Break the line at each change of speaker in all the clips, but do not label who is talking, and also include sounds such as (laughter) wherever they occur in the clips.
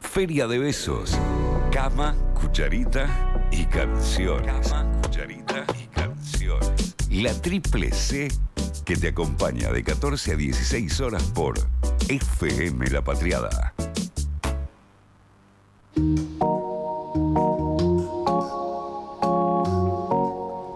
feria de besos. Cama, cucharita y canciones. Cama, cucharita y canciones. La triple C que te acompaña de 14 a 16 horas por FM La Patriada.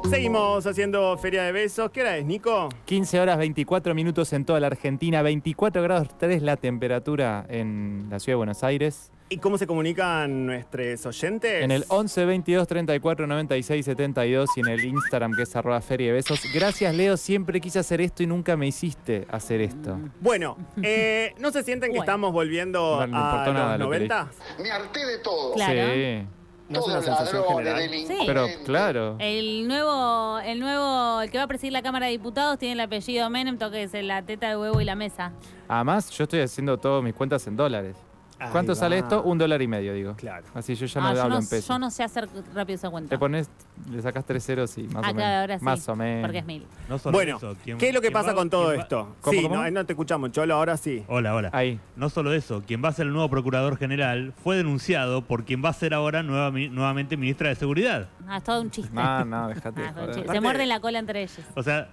Seguimos haciendo Feria de Besos. ¿Qué hora es, Nico?
15 horas 24 minutos en toda la Argentina, 24 grados 3 la temperatura en la ciudad de Buenos Aires.
¿Y cómo se comunican nuestros oyentes?
En el 11 22 34 96 72 y en el Instagram que es arroba feria de besos. Gracias Leo, siempre quise hacer esto y nunca me hiciste hacer esto.
Bueno, eh, ¿no se sienten que
Bueno.
estamos volviendo
No, no
a
importó
los
nada lo que
90?
Me harté de todo.
Claro. Eh.
Sí,
¿No es una
Todos
sensación
ladrones,
general?
delincuentes.
pero claro.
El nuevo, el nuevo, el que va a presidir la Cámara de Diputados tiene el apellido Menem, toques la teta de huevo y la mesa.
Además, yo estoy haciendo todas mis cuentas en dólares.
Ahí
¿Cuánto
va.
sale esto? Un dólar y medio, digo.
Claro.
Así yo ya no
Ah, yo,
hablo
no,
en pesos.
yo no sé hacer rápido esa cuenta.
Le pones, le sacas tres ceros y más o
ah,
menos.
claro, ahora sí.
Más o menos.
Porque es mil.
No solo
Bueno,
eso, quien-
¿qué es lo que
quien
pasa
va-
con todo
quien va-
esto?
¿Cómo,
sí,
cómo?
No, no te escuchamos, Cholo, ahora sí.
Hola, hola.
Ahí.
No solo eso, quien va a ser el nuevo procurador general fue denunciado por quien va a ser ahora nueva mi- nuevamente ministra de Seguridad.
Ah, es todo un chiste.
No, no, déjate. de
Ah, todo un
joder.
chiste. Se muerden la cola entre ellos.
O sea,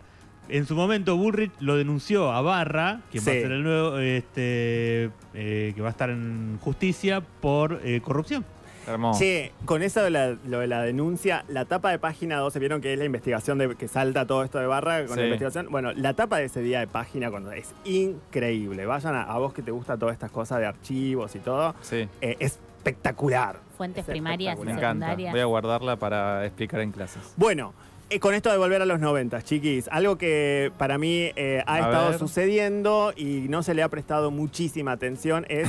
en su momento Bullrich lo denunció a Barra, quien va a
Sí.
ser el nuevo, este, eh, que va a estar en justicia por eh, corrupción.
Hermoso.
Che, con eso de la, lo de la denuncia, la tapa de página 12, vieron que es la investigación de, que salta todo esto de barra con
Sí.
la investigación. Bueno, la tapa de ese día de página cuando es increíble. Vayan a, a vos que te gusta todas estas cosas de archivos y todo.
Sí.
Eh, espectacular.
Fuentes
Es
primarias y
Me
espectacular.
encanta.
secundarias.
Voy a guardarla para explicar en clases.
Bueno, eh, con esto de volver a los 90, chiquis, algo que para mí eh, ha
A
estado
ver.
sucediendo y no se le ha prestado muchísima atención
(laughs)
es.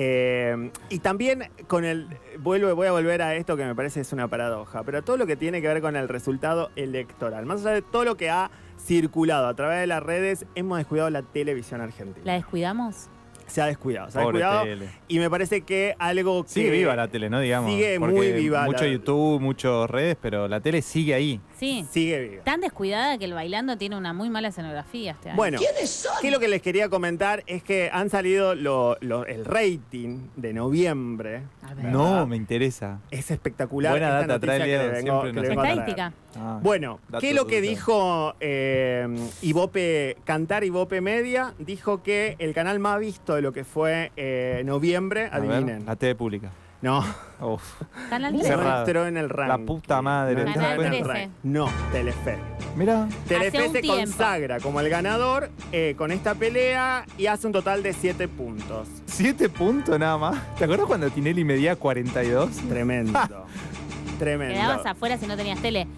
eh, y también con el. Vuelvo, voy a volver a esto que me parece es una paradoja, pero todo lo que tiene que ver con el resultado electoral, más allá de todo lo que ha circulado a través de las redes, hemos descuidado la televisión argentina.
¿La descuidamos?
Se ha descuidado, se ha
Pobre
descuidado.
tele.
Y me parece que algo que.
Sigue viva la tele, ¿no? Digamos.
sigue
porque
muy viva
Mucho
la-
YouTube, muchas redes, pero la tele sigue ahí.
Sí.
Sigue viva.
Tan descuidada que el bailando tiene una muy mala escenografía este año.
Bueno, que lo que les quería comentar es que han salido lo- lo- el rating de noviembre.
A ver.
No, me interesa.
Es espectacular.
Buena
esta
data,
noticia
trae,
que
Leo,
le vengo-
siempre
que
nos
le vengo a traer.
Estadística.
Ah,
Bueno,
datos
¿qué es lo que
duros.
dijo eh, Ivope, Cantar Ivope Media? Dijo que el canal más visto de lo que fue eh, noviembre,
Ah. A ver,
adivinen.
la tele pública.
no,
Uf.
Canal
Uh,
no
13.
Cerrado.
entró en el ranking.
puta madre.
No entró
Canal
en el
13.
ranking. No, Telefe.
Mira,
Telefe
un
se
tiempo.
consagra como el ganador eh, con esta pelea y hace un total de 7 puntos.
siete puntos nada más. ¿Te acuerdas cuando Tinelli medía 42? (laughs)
Tremendo.
Quedabas
Tremendo.
afuera si no tenías tele.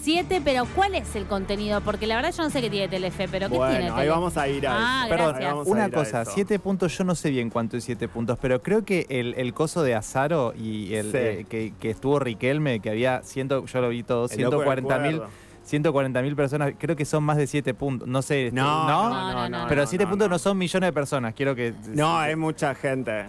Siete, pero ¿cuál es el contenido? Porque la verdad yo no sé qué tiene Telefe, pero ¿qué tiene
Bueno, ahí
Telefe?
vamos a ir a
Ah,
eso.
gracias.
Ahí vamos a
Una
ir a
cosa,
eso.
siete puntos, yo no sé bien cuánto es siete puntos, pero creo que el, el coso de Azaro y el
Sí.
eh, que, que estuvo Riquelme, que había, ciento, yo lo vi todo,
El loco del
140 mil
cuerdo.
140 mil personas, creo que son más de 7 puntos. No sé. este,
No, no, no, no, no,
Pero
no,
7
no,
puntos
no.
no. son millones de personas. Quiero que.
No, eh. hay mucha gente.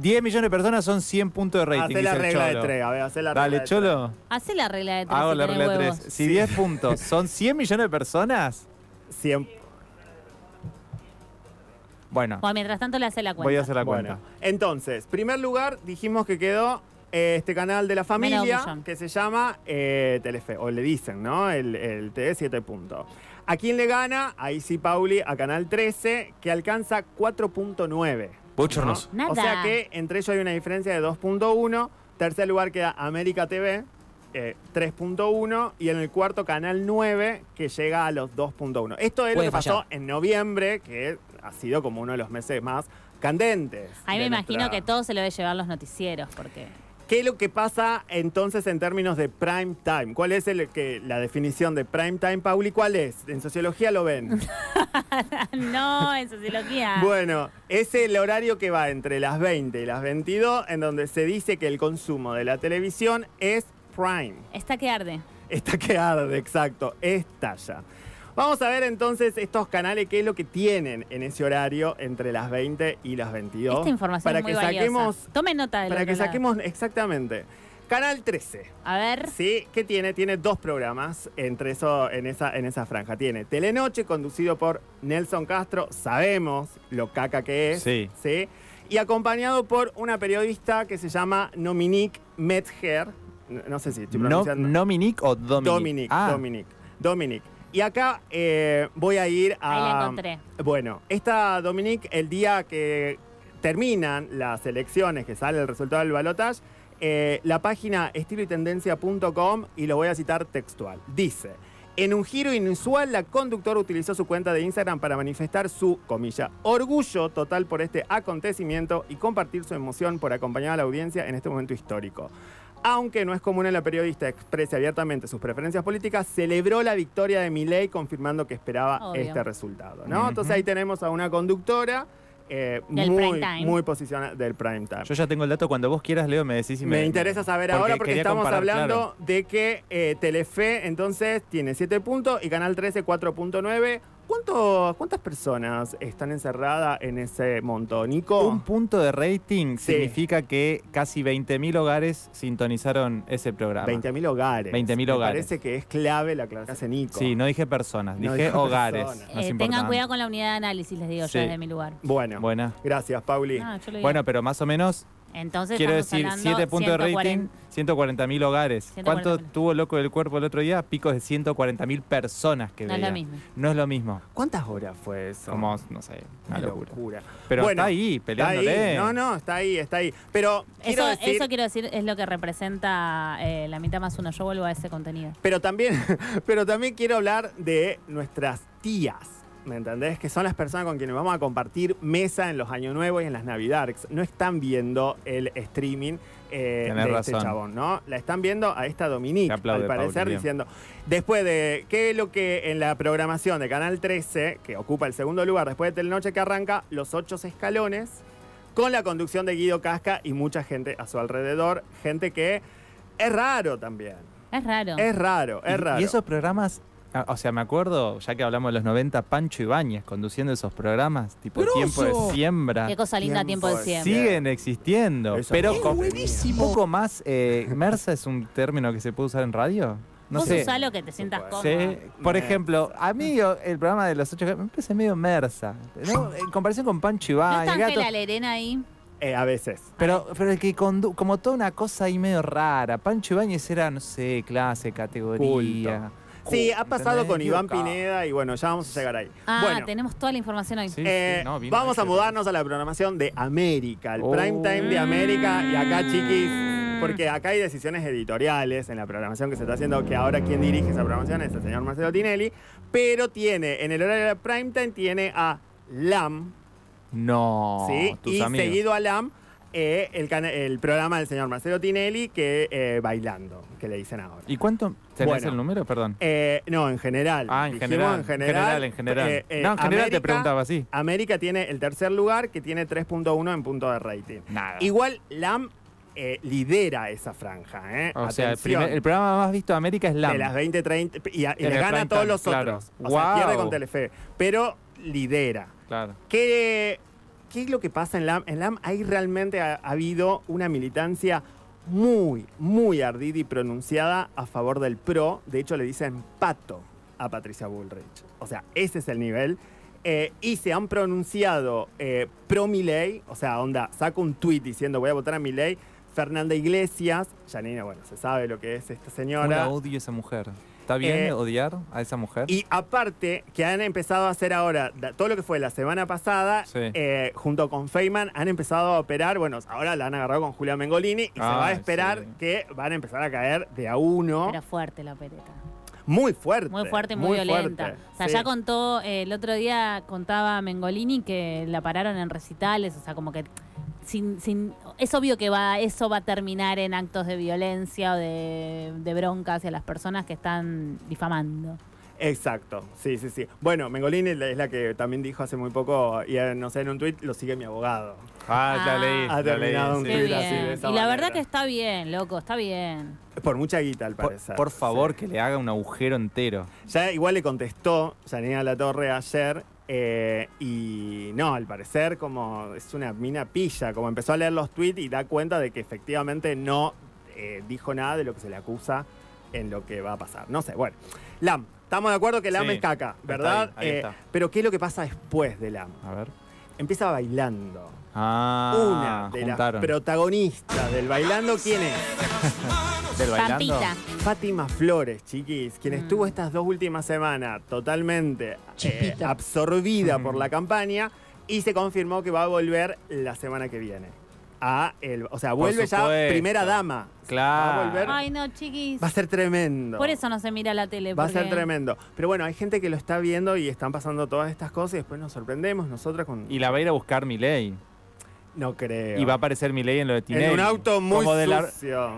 10 millones de personas son 100 puntos de rating.
Hacé la
dice el
regla de
Cholo.
3, a ver, hacé la regla
Dale,
de
Cholo.
Hacé la regla de tres.
Hago
si
la
tenés
regla de
huevos.
3. Si 10 puntos son 100 millones de personas.
tres. Cien-
Bueno,
Bueno, mientras tanto le hace la cuenta.
voy a hacer la cuenta.
Bueno, entonces, primer lugar, dijimos que quedó eh, este canal de la
Menos de un
familia
millón.
que se llama eh, Telefe, o le dicen, ¿no? El, el TV 7 puntos. ¿A quién le gana? Ahí sí, Pauli, a Canal 13, que alcanza 4.9.
Bochornos.
¿no? O sea
Nada.
que entre ellos hay una diferencia de 2.1. Tercer lugar queda América TV, eh, 3.1. Y en el cuarto, Canal 9, que llega a los 2.1. Esto es lo
Puede
que pasó
fallar.
en noviembre, que ha sido como uno de los meses más candentes.
Ahí me
de
imagino
nuestra-
que todo se lo debe llevar los noticieros, porque (laughs)
¿Qué es lo que pasa entonces en términos de prime time? ¿Cuál es el que, la definición de prime time, Pauli? ¿Cuál es? En sociología lo ven.
Ah, no, en sociología.
Bueno, es el horario que va entre las 20 y las 22, en donde se dice que el consumo de la televisión es prime.
Está que arde.
Está que arde, exacto, estalla. Vamos a ver entonces estos canales, qué es lo que tienen en ese horario entre las 20 y las 22.
Esta información
para
es muy
que
valiosa.
saquemos,
Tome nota de
Para que saquemos exactamente. Canal 13.
A ver,
Sí, que tiene, tiene dos programas entre eso, en, esa, en esa franja. Tiene Telenoche, conducido por Nelson Castro, sabemos lo caca que es.
Sí.
¿sí? y acompañado por una periodista que se llama Dominique Metzger. No, no sé si estoy
No,
pronunciando.
¿Nominic o Dominic?
Dominic,
Ah,
Dominic, Dominic. Y acá eh, voy a ir
Ahí
a...
Ah,
la encontré. Eh,
Bueno, esta Dominique, el día que terminan las elecciones, que sale el resultado del balotaje, eh, la página estiloytendencia.com, y lo voy a citar textual, dice, en un giro inusual, la conductora utilizó su cuenta de Instagram para manifestar su, comilla, orgullo total por este acontecimiento y compartir su emoción por acompañar a la audiencia en este momento histórico. Aunque no es común en la periodista exprese abiertamente sus preferencias políticas, celebró la victoria de Milei confirmando que esperaba
Obvio.
este resultado. ¿no?
Ujú.
Entonces ahí tenemos a una conductora eh,
Del
muy,
prime time.
muy posicionada del prime time.
Yo ya tengo el dato. Cuando vos quieras, Leo, me decís si me.
me interesa saber ahora porque
quería
estamos
comparar,
hablando
claro.
de que eh, Telefe entonces tiene 7 puntos y Canal 13 4.9. ¿Cuánto- ¿Cuántas personas están encerradas en ese monto, Nico?
Un punto de rating
Sí.
significa que casi 20.000 hogares sintonizaron ese programa.
20.000 hogares.
20.000
Me
hogares.
Parece que es clave la clase hace Nico.
Sí, no dije personas,
No
dije
dije
hogares.
personas.
más
Eh,
importante.
tengan cuidado con la unidad de análisis, les digo
Sí.
yo desde mi lugar.
Bueno,
Buena.
gracias, Pauli.
Ah, yo lo digo.
Bueno, pero más o menos,
Entonces
quiero
estamos
decir,
hablando
7 puntos de
140.
rating, 140.000 hogares.
140.000.
¿Cuánto tuvo loco del cuerpo el otro día? Picos de 140.000 personas que
No es
veía.
lo mismo.
No es lo mismo.
¿Cuántas horas fue eso?
Como, no sé, una
Qué
locura.
locura.
Pero
Bueno,
está ahí,
Está ahí.
peleándole.
No, no, está ahí, está ahí. Pero quiero
Eso,
decir-
eso quiero decir es lo que representa eh, la mitad más uno. Yo vuelvo a ese contenido.
Pero también, (laughs) pero también quiero hablar de nuestras tías. ¿Me entendés? Que son las personas con quienes vamos a compartir mesa en los Año Nuevo y en las Navidades. No están viendo el streaming eh, de
Tenés
este
razón.
chabón, ¿no? La están viendo a esta Dominique,
Te aplaude,
al parecer,
Pauli, bien.
diciendo. Después de. ¿Qué es lo que en la programación de Canal 13, que ocupa el segundo lugar después de Telenoche que arranca, los ocho escalones, con la conducción de Guido Casca y mucha gente a su alrededor, gente que es raro también.
Es raro.
Es raro,
Y-
es raro.
Y esos programas, a- o sea, me acuerdo, ya que hablamos de los 90, Pancho Ibáñez conduciendo esos programas, tipo Tiempo de Siembra.
Qué cosa linda
Tiempo
tiempo de
de
siempre.
Siguen existiendo,
Eso
pero
es
con un
buenísimo.
poco más. eh, ¿Mersa es un término que se puede usar en radio? No
Vos
sé.
usá lo que te sientas
Sí.
cómodo.
Sí. Por
Mersa.
ejemplo, a mí o- el programa de los ocho me parece medio mersa. ¿no? En comparación con Pancho
¿No
Ibáñez,
está
Ah, Gato-
Ángela Lerena ahí?
Eh, a veces.
Pero, pero el que condu- como toda una cosa ahí medio rara. Pancho Ibáñez era, no sé, clase, categoría.
Sí, ha
Culto,
pasado
¿entendés?
con Iván
Digo, ca-
Pineda y bueno, ya vamos a llegar ahí.
Ah,
bueno,
tenemos toda la información hoy.
Sí,
eh,
sí, no, vino
vamos a
ayer.
mudarnos a la programación de América, el
Oh.
prime time de América y acá chiquis,
Mm.
porque acá hay decisiones editoriales en la programación que se está haciendo, que ahora quien dirige esa programación es el señor Marcelo Tinelli, pero tiene, en el horario de prime time tiene a LAM,
No,
¿sí?
Oh, tus
y
amigos.
seguido a LAM eh, el, cana- el programa del señor Marcelo Tinelli que eh, Bailando, que le dicen ahora.
¿Y cuánto tenés
Bueno.
el número? Perdón.
Eh, no, en general.
ah, en
Dijimos
general.
En general,
en general.
Eh, eh,
no, en general
América-
te preguntaba así.
América tiene el tercer lugar que tiene 3.1 en punto de rating.
Nada.
Igual LAM eh, lidera esa franja. ¿eh?
o sea, el,
Atención.
primer- el programa más visto de América es LAM.
de las 20, 30 y, a- y
En
le
el
gana a
prime
todos
time,
los
claro.
otros. O sea,
Guau.
pierde con Telefe. Pero lidera.
Claro.
¿Qué, ¿Qué es lo que pasa en LAM? En LAM ahí realmente ha, ha habido una militancia muy, muy ardida y pronunciada a favor del PRO. De hecho, le dicen pato a Patricia Bullrich. O sea, ese es el nivel. Eh, y se han pronunciado eh, pro Milei, o sea, onda, saca un tuit diciendo voy a votar a Milei. Fernanda Iglesias, Janina, bueno, se sabe lo que es esta
¿Cómo la
señora.
odio esa mujer? ¿Está bien
Eh,
odiar a esa mujer?
Y aparte, que han empezado a hacer ahora, da- todo lo que fue la semana pasada,
Sí.
eh, junto con Feynman, han empezado a operar, bueno, ahora la han agarrado con Julia Mengolini y se
Ah,
va a esperar
sí.
que van a empezar a caer de a uno.
Era fuerte la opereta.
muy fuerte.
Muy fuerte y muy, violenta. O sea,
Sí.
ya contó, eh, el otro día contaba Mengolini que la pararon en recitales, o sea, como que sin, sin, es obvio que va, eso va a terminar en actos de violencia o de, de bronca hacia las personas que están difamando.
Exacto, sí, sí, sí. Bueno, Mengolini es la que también dijo hace muy poco, y eh, no sé, en un tuit, lo sigue mi abogado.
ah, ya
Ah.
leí.
Ha
ya
terminado
leí,
un
sí.
Qué
tuit así de
bien.
esa
y la
manera.
verdad que está bien, loco, está bien.
Por mucha guita, al
Por,
parecer.
por favor,
Sí.
que le haga un agujero entero.
Ya igual le contestó Janina La Torre ayer. eh, y no, al parecer como es una mina pilla, como empezó a leer los tweets y da cuenta de que efectivamente no eh, dijo nada de lo que se le acusa en lo que va a pasar. No sé, bueno. LAM, estamos de acuerdo que LAM
Sí,
es caca,
está
¿verdad? Eh,
ahí, ahí está.
pero ¿qué es lo que pasa después de LAM?
A ver.
Empieza bailando. Una
Ah,
de
juntaron.
las protagonistas del bailando, ¿quién es?
¿Del bailando?
Pampita.
Fátima Flores, chiquis, quien
Mm.
estuvo estas dos últimas semanas totalmente eh,
Chispita.
absorbida
Mm.
por la campaña y se confirmó que va a volver la semana que viene. A el, o sea,
Por
vuelve ya
supuesto.
primera dama. Va a
Claro.
volver.
Ay, no, chiquis.
Va a ser tremendo.
Por eso no se mira la tele.
Va a ser
porque-
tremendo. Pero bueno, hay gente que lo está viendo y están pasando todas estas cosas y después nos sorprendemos nosotros con...
Y la va a ir a buscar Milei.
No creo.
Y va a aparecer Milei en lo de Tinelli.
en un auto muy
como de la,
sucio.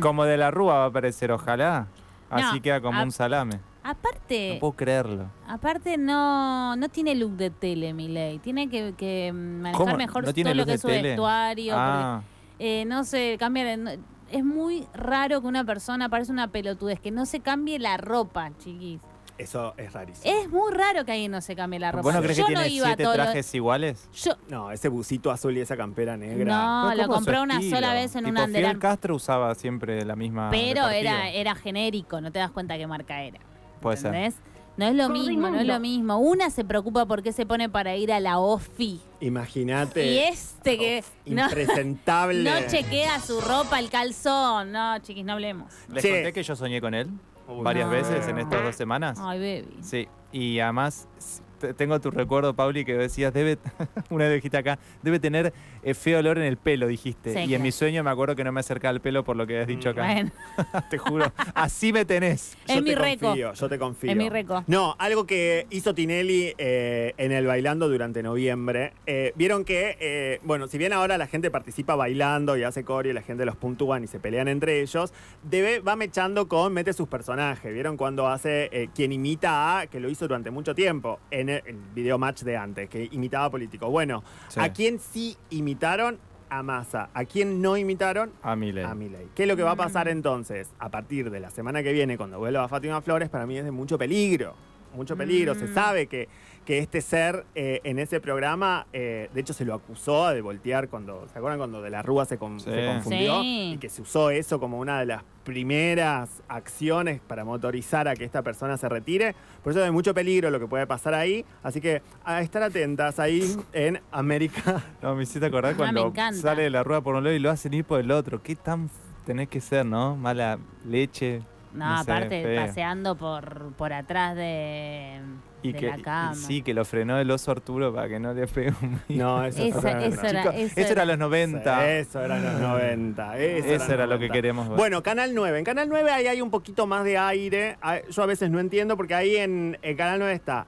Como de la Rúa va a aparecer, ojalá. Así
No,
queda como
a- Eh,
un salame.
Aparte,
No puedo creerlo.
aparte no, no tiene look de tele, Milei. Tiene que, que manejar
¿Cómo?
mejor
¿No tiene
todo lo
luz
que
de
es su
tele?
vestuario.
Ah,
porque, eh, no se cambia. de- no- es muy raro que una persona parezca una pelotudez, que no se cambie la ropa, chiquis.
Eso es rarísimo.
Es muy raro que alguien no se cambie la ropa.
¿vos no crees
Yo
que tiene
no iba
siete
todos los-
trajes iguales?
Yo,
No, ese busito azul y esa campera negra.
No,
Pero
lo
como su
compré una
estilo.
sola vez en
Tipo,
un Under
Fidel
Armour.
Castro usaba siempre la misma. de
Pero era,
partido.
era genérico, no te das cuenta qué marca era.
Puede ser.
¿Entendés? No es lo
Todo el
mismo, no es
mundo.
lo mismo. Una se preocupa por qué se pone para ir a la OFI.
Imagínate.
Y este que
Oh,
no,
Oh, Impresentable.
(laughs) no chequea su ropa, el calzón. No, chiquis, no hablemos.
Les
Che.
conté que yo soñé con él
Uy,
varias
no.
veces en estas dos semanas.
Ah. Ay, baby.
Sí, y además s- te- tengo tu recuerdo, Pauli, que decías, debe, (laughs) una vez dijiste acá, debe tener eh, feo olor en el pelo, dijiste.
Sí,
y en
claro.
mi sueño me acuerdo que no me acercaba al pelo por lo que has dicho acá.
Bueno,
te juro, así me tenés.
Yo
es mi
te
reco.
confío, yo te confío.
Es mi reco.
No, algo que hizo Tinelli eh, en el bailando durante noviembre. eh, Vieron que, eh, bueno, si bien ahora la gente participa bailando y hace coreo y la gente los puntúan y se pelean entre ellos, debe, va mechando con mete sus personajes. Vieron cuando hace eh, quien imita a, que lo hizo durante mucho tiempo, en el, el video match de antes, que imitaba a políticos. Bueno,
Sí.
¿a quién sí imitaron? A Massa. ¿A quién no imitaron?
A Milei.
a Milei. ¿Qué es lo que va a pasar entonces? A partir de la semana que viene, cuando vuelva Fátima Flores, para mí es de mucho peligro. Mucho peligro. Se
Mm.
sabe que, que este ser eh, en ese programa, eh, de hecho, se lo acusó de voltear cuando. ¿Se acuerdan cuando De la Rúa se, con-
Sí.
se confundió?
Sí.
Y que se usó eso como una de las primeras acciones para motorizar a que esta persona se retire. Por eso es de mucho peligro lo que puede pasar ahí. Así que a estar atentas ahí en América.
No, me hiciste acordar
Ah, me
cuando
encanta.
sale de la rueda por un lado y lo hacen ir por el otro. ¿Qué tan f- tenés que ser, no? Mala leche.
No,
No sé,
aparte,
feo.
paseando por, por atrás de,
Y
de
que,
la
y
cama.
sí, que lo frenó el oso Arturo para que no le pegue un mil.
(laughs) No, eso, es
Esa-
tremendo.
eso era-
Chicos,
eso
eso
era-
era los 90.
Eso eran los 90. Eso,
Eso era lo que
90.
queremos ver.
Bueno, Canal 9. En Canal 9 ahí hay un poquito más de aire. Ah, Yo a veces no entiendo porque ahí en, en Canal 9 está.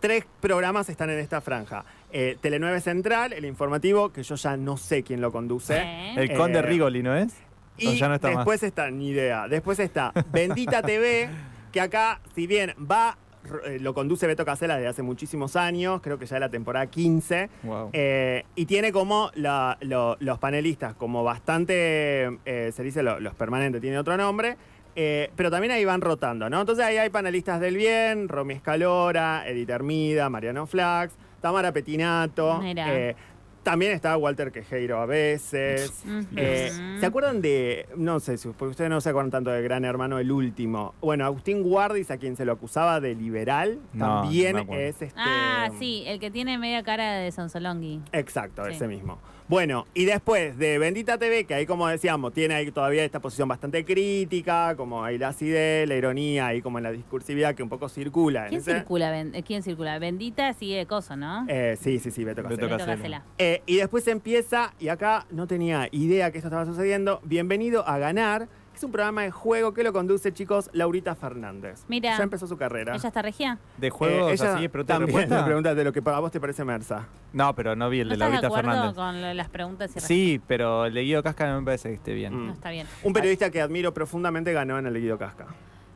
Tres programas están en esta franja. Eh, Tele 9 Central, el informativo, que yo ya no sé quién lo conduce.
¿Eh?
el conde
eh,
Rigoli, ¿no es? O
Y
ya no está más.
después está, ni idea. Después está Bendita TV, que acá, si bien va, eh, lo conduce Beto Casela desde hace muchísimos años, creo que ya es la temporada 15.
Wow.
Eh, y tiene como la- lo- los panelistas, como bastante, eh, se dice lo- los permanentes, tiene otro nombre, eh, pero también ahí van rotando, ¿no? Entonces ahí hay panelistas del bien, Romy Escalora, Edith Hermida, Mariano Flax, Tamara Petinato,
Mirá.
eh, también está Walter Quejeiro a veces.
Ujú.
Eh, ¿Se acuerdan de, no sé, si porque ustedes no se acuerdan tanto de Gran Hermano, el último? Bueno, Agustín Guardis, a quien se lo acusaba de liberal,
No,
también
no me acuerdo.
es este...
Ah,
um,
sí, el que tiene media cara de Sonsolonghi.
Exacto,
Sí.
ese mismo. Bueno, y después de Bendita TV, que ahí como decíamos, tiene ahí todavía esta posición bastante crítica, como ahí la acidez, la ironía, ahí como en la discursividad que un poco circula. en
¿Quién
ese-
circula? Ben- eh, ¿Quién circula? Bendita sigue Coso, ¿no?
Eh, sí, sí, sí, Beto
Beto
Casella.
Casella.
Eh, y después empieza, y acá no tenía idea que esto estaba sucediendo, Bienvenido a Ganar, que es un programa de juego que lo conduce, chicos, Laurita Fernández.
Mira.
Ya empezó su carrera.
¿Ella está regia?
¿De juegos
Eh, ella
así? ¿Pregunta y
también
respuesta?
me (laughs) pregunta de lo que para vos te parece Mersa.
No, pero no vi el
¿No
de
estás de
Laurita
acuerdo
Fernández.
con lo- las preguntas y respuestas?
Sí, pero el de Guido Casca no me parece que esté bien.
Mm.
No está bien.
Un periodista que admiro profundamente ganó en el Guido Casca.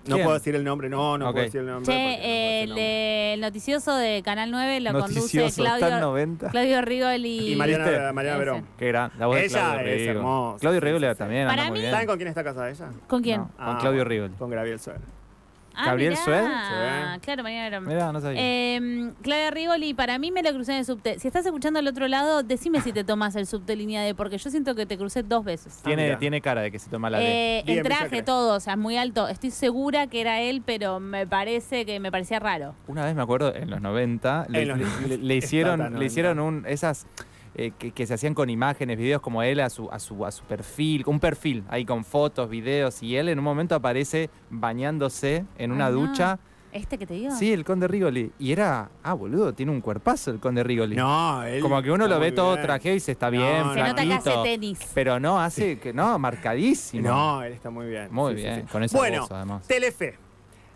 No
¿Quién?
puedo decir el nombre, no, no
Ok.
puedo decir el nombre. porque no puedo
Che, eh,
decir
el,
el nombre.
de- el noticioso de Canal 9 lo conduce
Noticioso, tan
Claudio,
90.
Claudio Rigoli.
Y Mariana,
¿Viste?
Mariana
Ese.
Verón.
Qué gran. La voz de
Ella
Claudio
es
Rigoli.
hermosa,
Claudio
sí,
Rigoli
sí, sí.
también.
Para
anda muy
mí-
bien.
¿Saben con quién está casada ella?
¿Con quién?
No, con
Ah,
Claudio Rigoli.
Con Gabriel Soler. Ah,
Ah,
¿Gabriel
mirá.
Sued?
Sí.
Claro, Mariana Verón.
Mirá, no sabía.
Eh, Claudia Rigoli, para mí me la crucé en el subte. Si estás escuchando al otro lado, decime si te tomas el subte línea D, porque yo siento que te crucé dos veces.
Ah,
tiene,
mira.
tiene cara de que se toma la D.
Eh,
Bien,
el traje,
Villacre.
todo, o sea, es muy alto. Estoy segura que era él, pero me parece que me parecía raro.
Una vez me acuerdo, en los 90, le,
En los
le-
90.
le- le hicieron,
Espartano,
le hicieron un, esas eh, que, que se hacían con imágenes, videos como él a su, a su, a su perfil, un perfil ahí con fotos, videos, y él en un momento aparece bañándose en una
Ah, no.
ducha.
¿Este que te digo?
Sí, el conde Rigoli. Y era, ah, boludo, tiene un cuerpazo el conde Rigoli.
No, él
como que uno
está
lo ve
muy
todo
bien.
traje y se está
No,
bien,
no,
Se nota que hace
flaquito,
tenis.
Pero no, hace que, no, marcadísimo.
No, él está muy bien.
Muy
Sí, sí,
bien,
sí.
con esa
Bueno,
voz, además.
Telefe.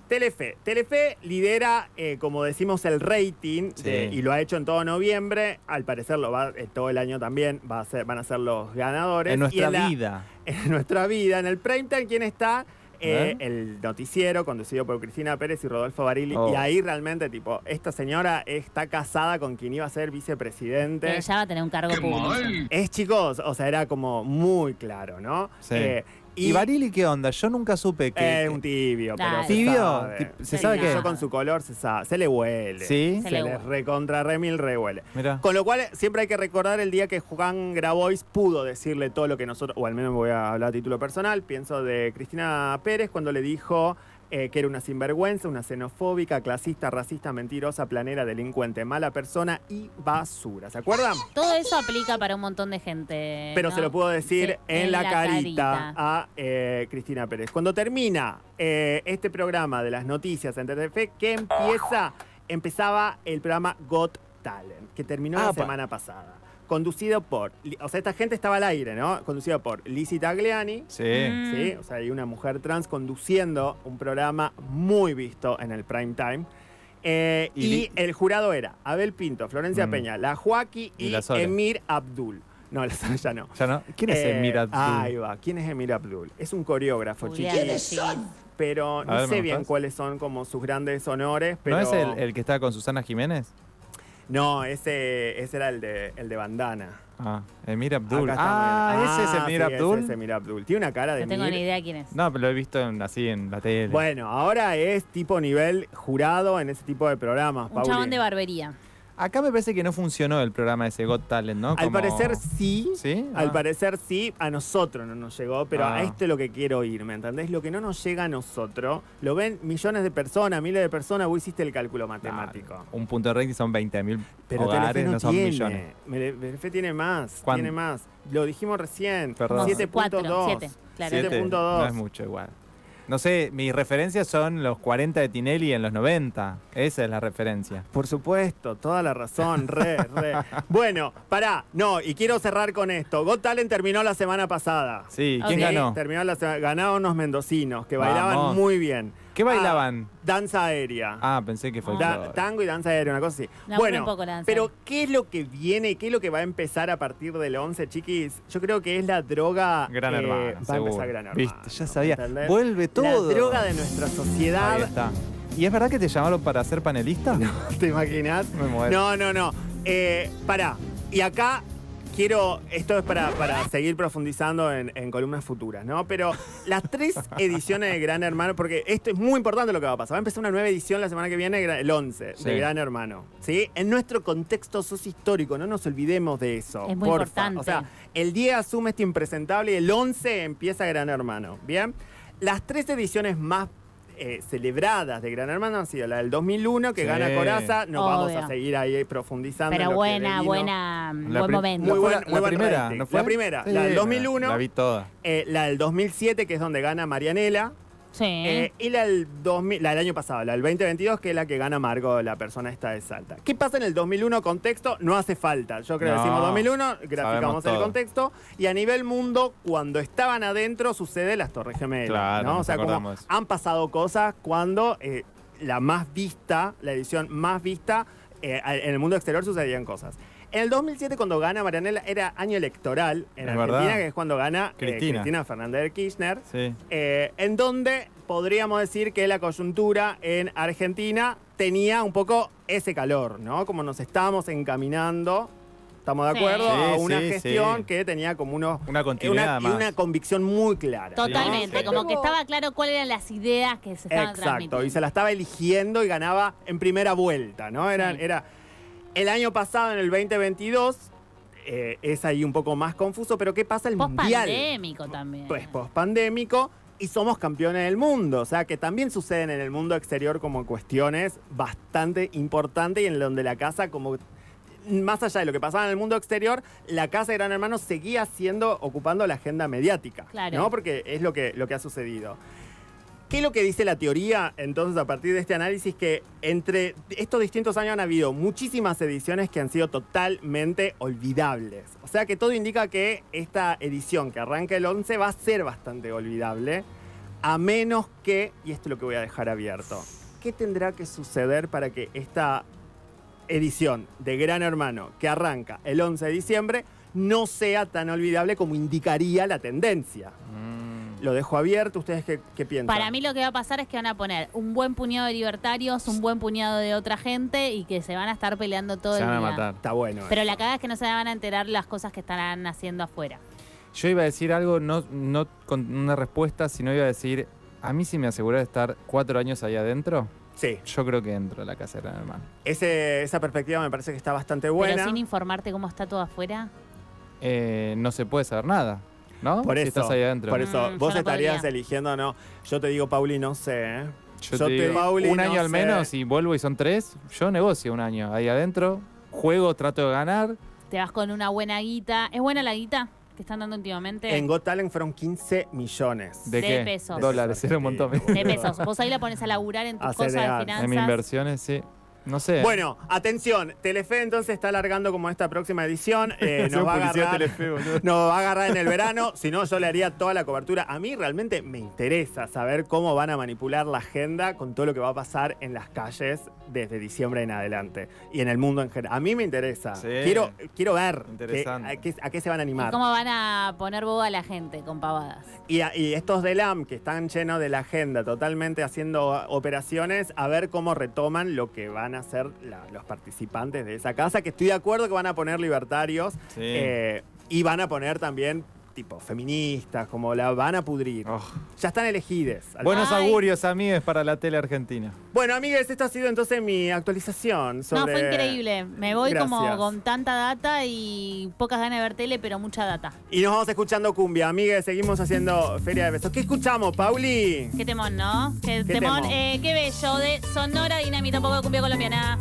Telefe. Telefe lidera, eh, como decimos, el rating
Sí.
de- y lo ha hecho en todo noviembre. Al parecer lo va eh, todo el año también. Va a ser, van a ser los ganadores. Y
En nuestra
la-
vida.
en (laughs) nuestra vida. En el prime time, ¿quién está? Eh,
¿Eh?
El noticiero conducido por Cristina Pérez y Rodolfo Barili.
Oh.
Y ahí realmente, tipo, esta señora está casada con quien iba a ser vicepresidente.
Ella va a tener un cargo público.
Es chicos, o sea, era como muy claro, ¿no? Eh,
Sí.
y
¿Y, Barili qué onda? Yo nunca supe que...
es un tibio, pero
Dale.
se
¿Tibio?
sabe.
Tip- ¿Se
Sí,
sabe
no.
qué?
Yo con su color se sabe, se le huele.
Sí.
Se
Se,
le
le,
huele.
recontra remil rehuele.
Mira.
Con lo cual, siempre hay que recordar el día que Juan Grabois pudo decirle todo lo que nosotros, o al menos voy a hablar a título personal, pienso de Cristina Pérez cuando le dijo eh, que era una sinvergüenza, una xenofóbica, clasista, racista, mentirosa, planera, delincuente, mala persona y basura. ¿Se acuerdan?
Todo eso aplica para un montón de gente.
Pero
¿no?
se lo puedo decir
Sí,
en, la, carita, a eh, Cristina Pérez. Cuando termina eh, este programa de las noticias en TTF, que empieza, empezaba el programa Got Talent, que terminó la
Ah, pa-
semana pasada. Conducido por, Li- o sea, esta gente estaba al aire, ¿no? Conducido por Lizzie Tagliani,
Sí.
Mm.
¿sí? O sea, hay una mujer trans conduciendo un programa muy visto en el prime time. Eh,
Y
y,
Li-
el jurado era Abel Pinto, Florencia
Mm.
Peña, La Joaquí
Y
y,
la Sole.
Emir Abdul. No, la Sole ya no.
Ya no. ¿Quién es
Eh,
Emir Abdul?
Ahí va. ¿Quién es Emir Abdul? Es un coreógrafo,
Julián,
chiquito.
sí.
Pero no
A ver,
sé
¿me
bien
mostrás?
cuáles son como sus grandes honores, pero...
¿No es el, el que está con Susana Jiménez?
No, ese, ese era el de, el de bandana.
Ah, Emir Abdul.
Acá está,
Ah,
mira.
ese es
Ah,
Emir
sí,
Abdul.
ese es Emir Abdul. Tiene una cara de
No tengo
Emir.
ni idea quién es.
No, pero lo he visto en- así en la tele.
Bueno, ahora es tipo nivel jurado en ese tipo de programas,
Un
Pauli.
chabón de barbería.
Acá me parece que no funcionó el programa ese Got Talent, ¿no?
Al
Como-
parecer sí.
¿Sí?
Al
Ah.
parecer sí, a nosotros no nos llegó, pero a
Ah.
esto es lo que quiero ir, ¿me entendés? Lo que no nos llega a nosotros, lo ven millones de personas, miles de personas, vos hiciste el cálculo matemático.
Nah, un punto de rating son 20.000
Pero
hogares,
Telefe no,
no son
tiene.
millones.
Mele- Telefe tiene más,
¿Cuán-
tiene más. Lo dijimos recién,
Perdón.
7.2.
Cuatro, siete, claro.
Siete, No es
7.2.
mucho igual. No sé, mis referencias son los 40 de Tinelli en los 90. Esa es la referencia.
Por supuesto, toda la razón, re, re.
(laughs)
Bueno, pará, no, y quiero cerrar con esto. Got Talent terminó la semana pasada.
Sí,
Ok.
¿quién ganó?
Terminó la semana, ganaron unos mendocinos que
Vamos.
bailaban muy bien.
¿Qué bailaban?
Ah, danza aérea.
Ah, pensé que fue
Da- tango y danza aérea, una cosa así.
Me aburre
bueno,
un poco la danza
pero
aérea.
¿qué es lo que viene? ¿Qué es lo que va a empezar a partir del 11, chiquis? Yo creo que es la droga...
Gran
eh,
hermano.
Va a
seguro.
empezar Gran Hermano.
Viste, ya sabía.
¿entendés?
Vuelve todo.
La droga de nuestra
Ahí
sociedad.
está. ¿Y es verdad que te llamaron para ser panelista?
(laughs) ¿Te imaginas?
(laughs) Me muero.
No, no, no. Eh, pará. Y acá quiero. Esto es para, para seguir profundizando en, en columnas futuras, ¿no? Pero las
(laughs)
tres ediciones de Gran Hermano, porque esto es muy importante lo que va a pasar. Va a empezar una nueva edición la semana que viene, gra- el 11,
Sí.
de Gran Hermano. ¿Sí? En nuestro contexto sociohistórico, no nos olvidemos de eso.
Es muy
porfa.
importante.
O sea, el 10 asume este impresentable y el 11 empieza Gran Hermano. ¿Bien? Las tres ediciones más eh, celebradas de Gran Hermano han sido la del 2001, que
Sí.
gana Coraza. Nos vamos
Obvio.
a seguir ahí profundizando. en lo
Pero
que
buena,
vino.
buena,
La
buen
pri-
momento.
Muy
¿No fue
buen-
la-
muy
la
buen
primera,
rating.
¿no fue?
La primera, la del 2001.
La vi toda.
Eh, la del 2007, que es donde gana Marianela.
Sí.
eh, y la del, 2000, la del año pasado, la del 2022, que es la que gana Margo, la persona esta de Salta. ¿Qué pasa en el 2001? Contexto, no hace falta. Yo creo que
No,
decimos 2001, graficamos
sabemos
el
todo.
contexto. Y a nivel mundo, cuando estaban adentro, sucede las Torres Gemelas.
Claro,
¿no? O
nos
sea, como
acordamos.
han pasado cosas cuando eh, la más vista, la edición más vista, eh, a- en el mundo exterior sucedían cosas. En el 2007, cuando gana Marianela, era año electoral en
Es
Argentina,
verdad.
que es cuando gana eh,
Cristina.
Cristina Fernández de Kirchner.
Sí.
Eh, en donde podríamos decir que la coyuntura en Argentina tenía un poco ese calor, ¿no? Como nos estábamos encaminando Estamos de
Sí.
acuerdo a
Sí,
una
sí,
gestión
sí.
que tenía como unos
Una
y una,
continuidad
y una
más.
convicción muy clara. ¿no?
Totalmente,
Sí.
como que estaba claro cuáles eran las ideas que se estaban
Exacto, y se
transmitiendo.
la estaba eligiendo y ganaba en primera vuelta, ¿no? Era,
Sí.
era el año pasado, en el 2022, eh, es ahí un poco más confuso, pero ¿qué pasa el
Post
Mundial?
pandémico también.
Pues pospandémico y somos campeones del mundo, o sea que también suceden en el mundo exterior como cuestiones bastante importantes y en donde la casa como... Más allá de lo que pasaba en el mundo exterior, la casa de Gran Hermano seguía siendo, ocupando la agenda mediática.
Claro.
¿no? Porque es lo que, lo que ha sucedido. ¿Qué es lo que dice la teoría entonces a partir de este análisis? Que entre estos distintos años han habido muchísimas ediciones que han sido totalmente olvidables. O sea que todo indica que esta edición que arranca el 11 va a ser bastante olvidable, a menos que, y esto es lo que voy a dejar abierto, ¿qué tendrá que suceder para que esta edición de Gran Hermano que arranca el 11 de diciembre no sea tan olvidable como indicaría la tendencia?
Mm.
Lo dejo abierto, ¿ustedes qué, qué piensan?
Para mí lo que va a pasar es que van a poner un buen puñado de libertarios, un buen puñado de otra gente y que se van a estar peleando todo
Se
el
van a
día.
matar.
Está bueno.
Pero la cagada es que no se van a enterar las cosas que estarán haciendo afuera.
Yo iba a decir algo, no, no con una respuesta, sino iba a decir, a mí si me asegurás de estar cuatro años ahí adentro,
Sí,
yo creo que entro a la casa de Gran Hermano.
ese- esa perspectiva me parece que está bastante buena.
Pero sin informarte cómo está todo afuera.
Eh, no se puede saber nada, ¿no?
Por
si
eso,
estás ahí adentro.
Por eso,
Mm, yo
vos
no
estarías
podría.
eligiendo, no. Yo te digo, Pauli, no sé. ¿eh?
Yo
Yo
te
te-
digo,
Pauli,
un
no
año al
sé.
menos y vuelvo y son tres, yo negocio un año ahí adentro, juego, trato de ganar.
Te vas con una buena guita. ¿Es buena la guita que están dando últimamente? (laughs)
En Got Talent fueron 15 millones.
¿De,
De
qué?
pesos.
Dólares, era un montón.
de pesos. Vos ahí la pones a laburar en tus
A
cosas
CDA.
de
En
finanzas.
En mis inversiones, sí. No sé.
Bueno, atención, Telefe entonces está alargando como esta próxima edición.
(laughs)
eh, nos, va a agarrar, nos va a agarrar en el verano, si no yo le haría toda la cobertura. A mí realmente me interesa saber cómo van a manipular la agenda con todo lo que va a pasar en las calles desde diciembre en adelante y en el mundo en general. A mí me interesa.
Sí.
Quiero, quiero ver qué-
Interesante.
a, qué, a qué se van a
¿Y
animar.
cómo van a poner boba a la gente con pavadas?
Y, a- y estos del AM que están llenos de la agenda, totalmente haciendo operaciones, a ver cómo retoman lo que van a hacer la- los participantes de esa casa, que estoy de acuerdo que van a poner libertarios
Sí.
eh, y van a poner también tipo feministas, como la van a pudrir.
Oh.
Ya están elegides. Al-
Buenos
Ay.
augurios, amigos, para la tele argentina.
Bueno, amigues, esta ha sido entonces mi actualización sobre...
No, fue increíble. Me voy como
Gracias.
con tanta data y pocas ganas de ver tele, pero mucha data.
Y nos vamos escuchando cumbia, amigues, seguimos haciendo Feria de Besos. ¿Qué escuchamos, Pauli?
Qué temón, ¿no? Qué,
Qué
temón.
temón.
Eh, qué bello de Sonora Dinamita, un poco de cumbia colombiana.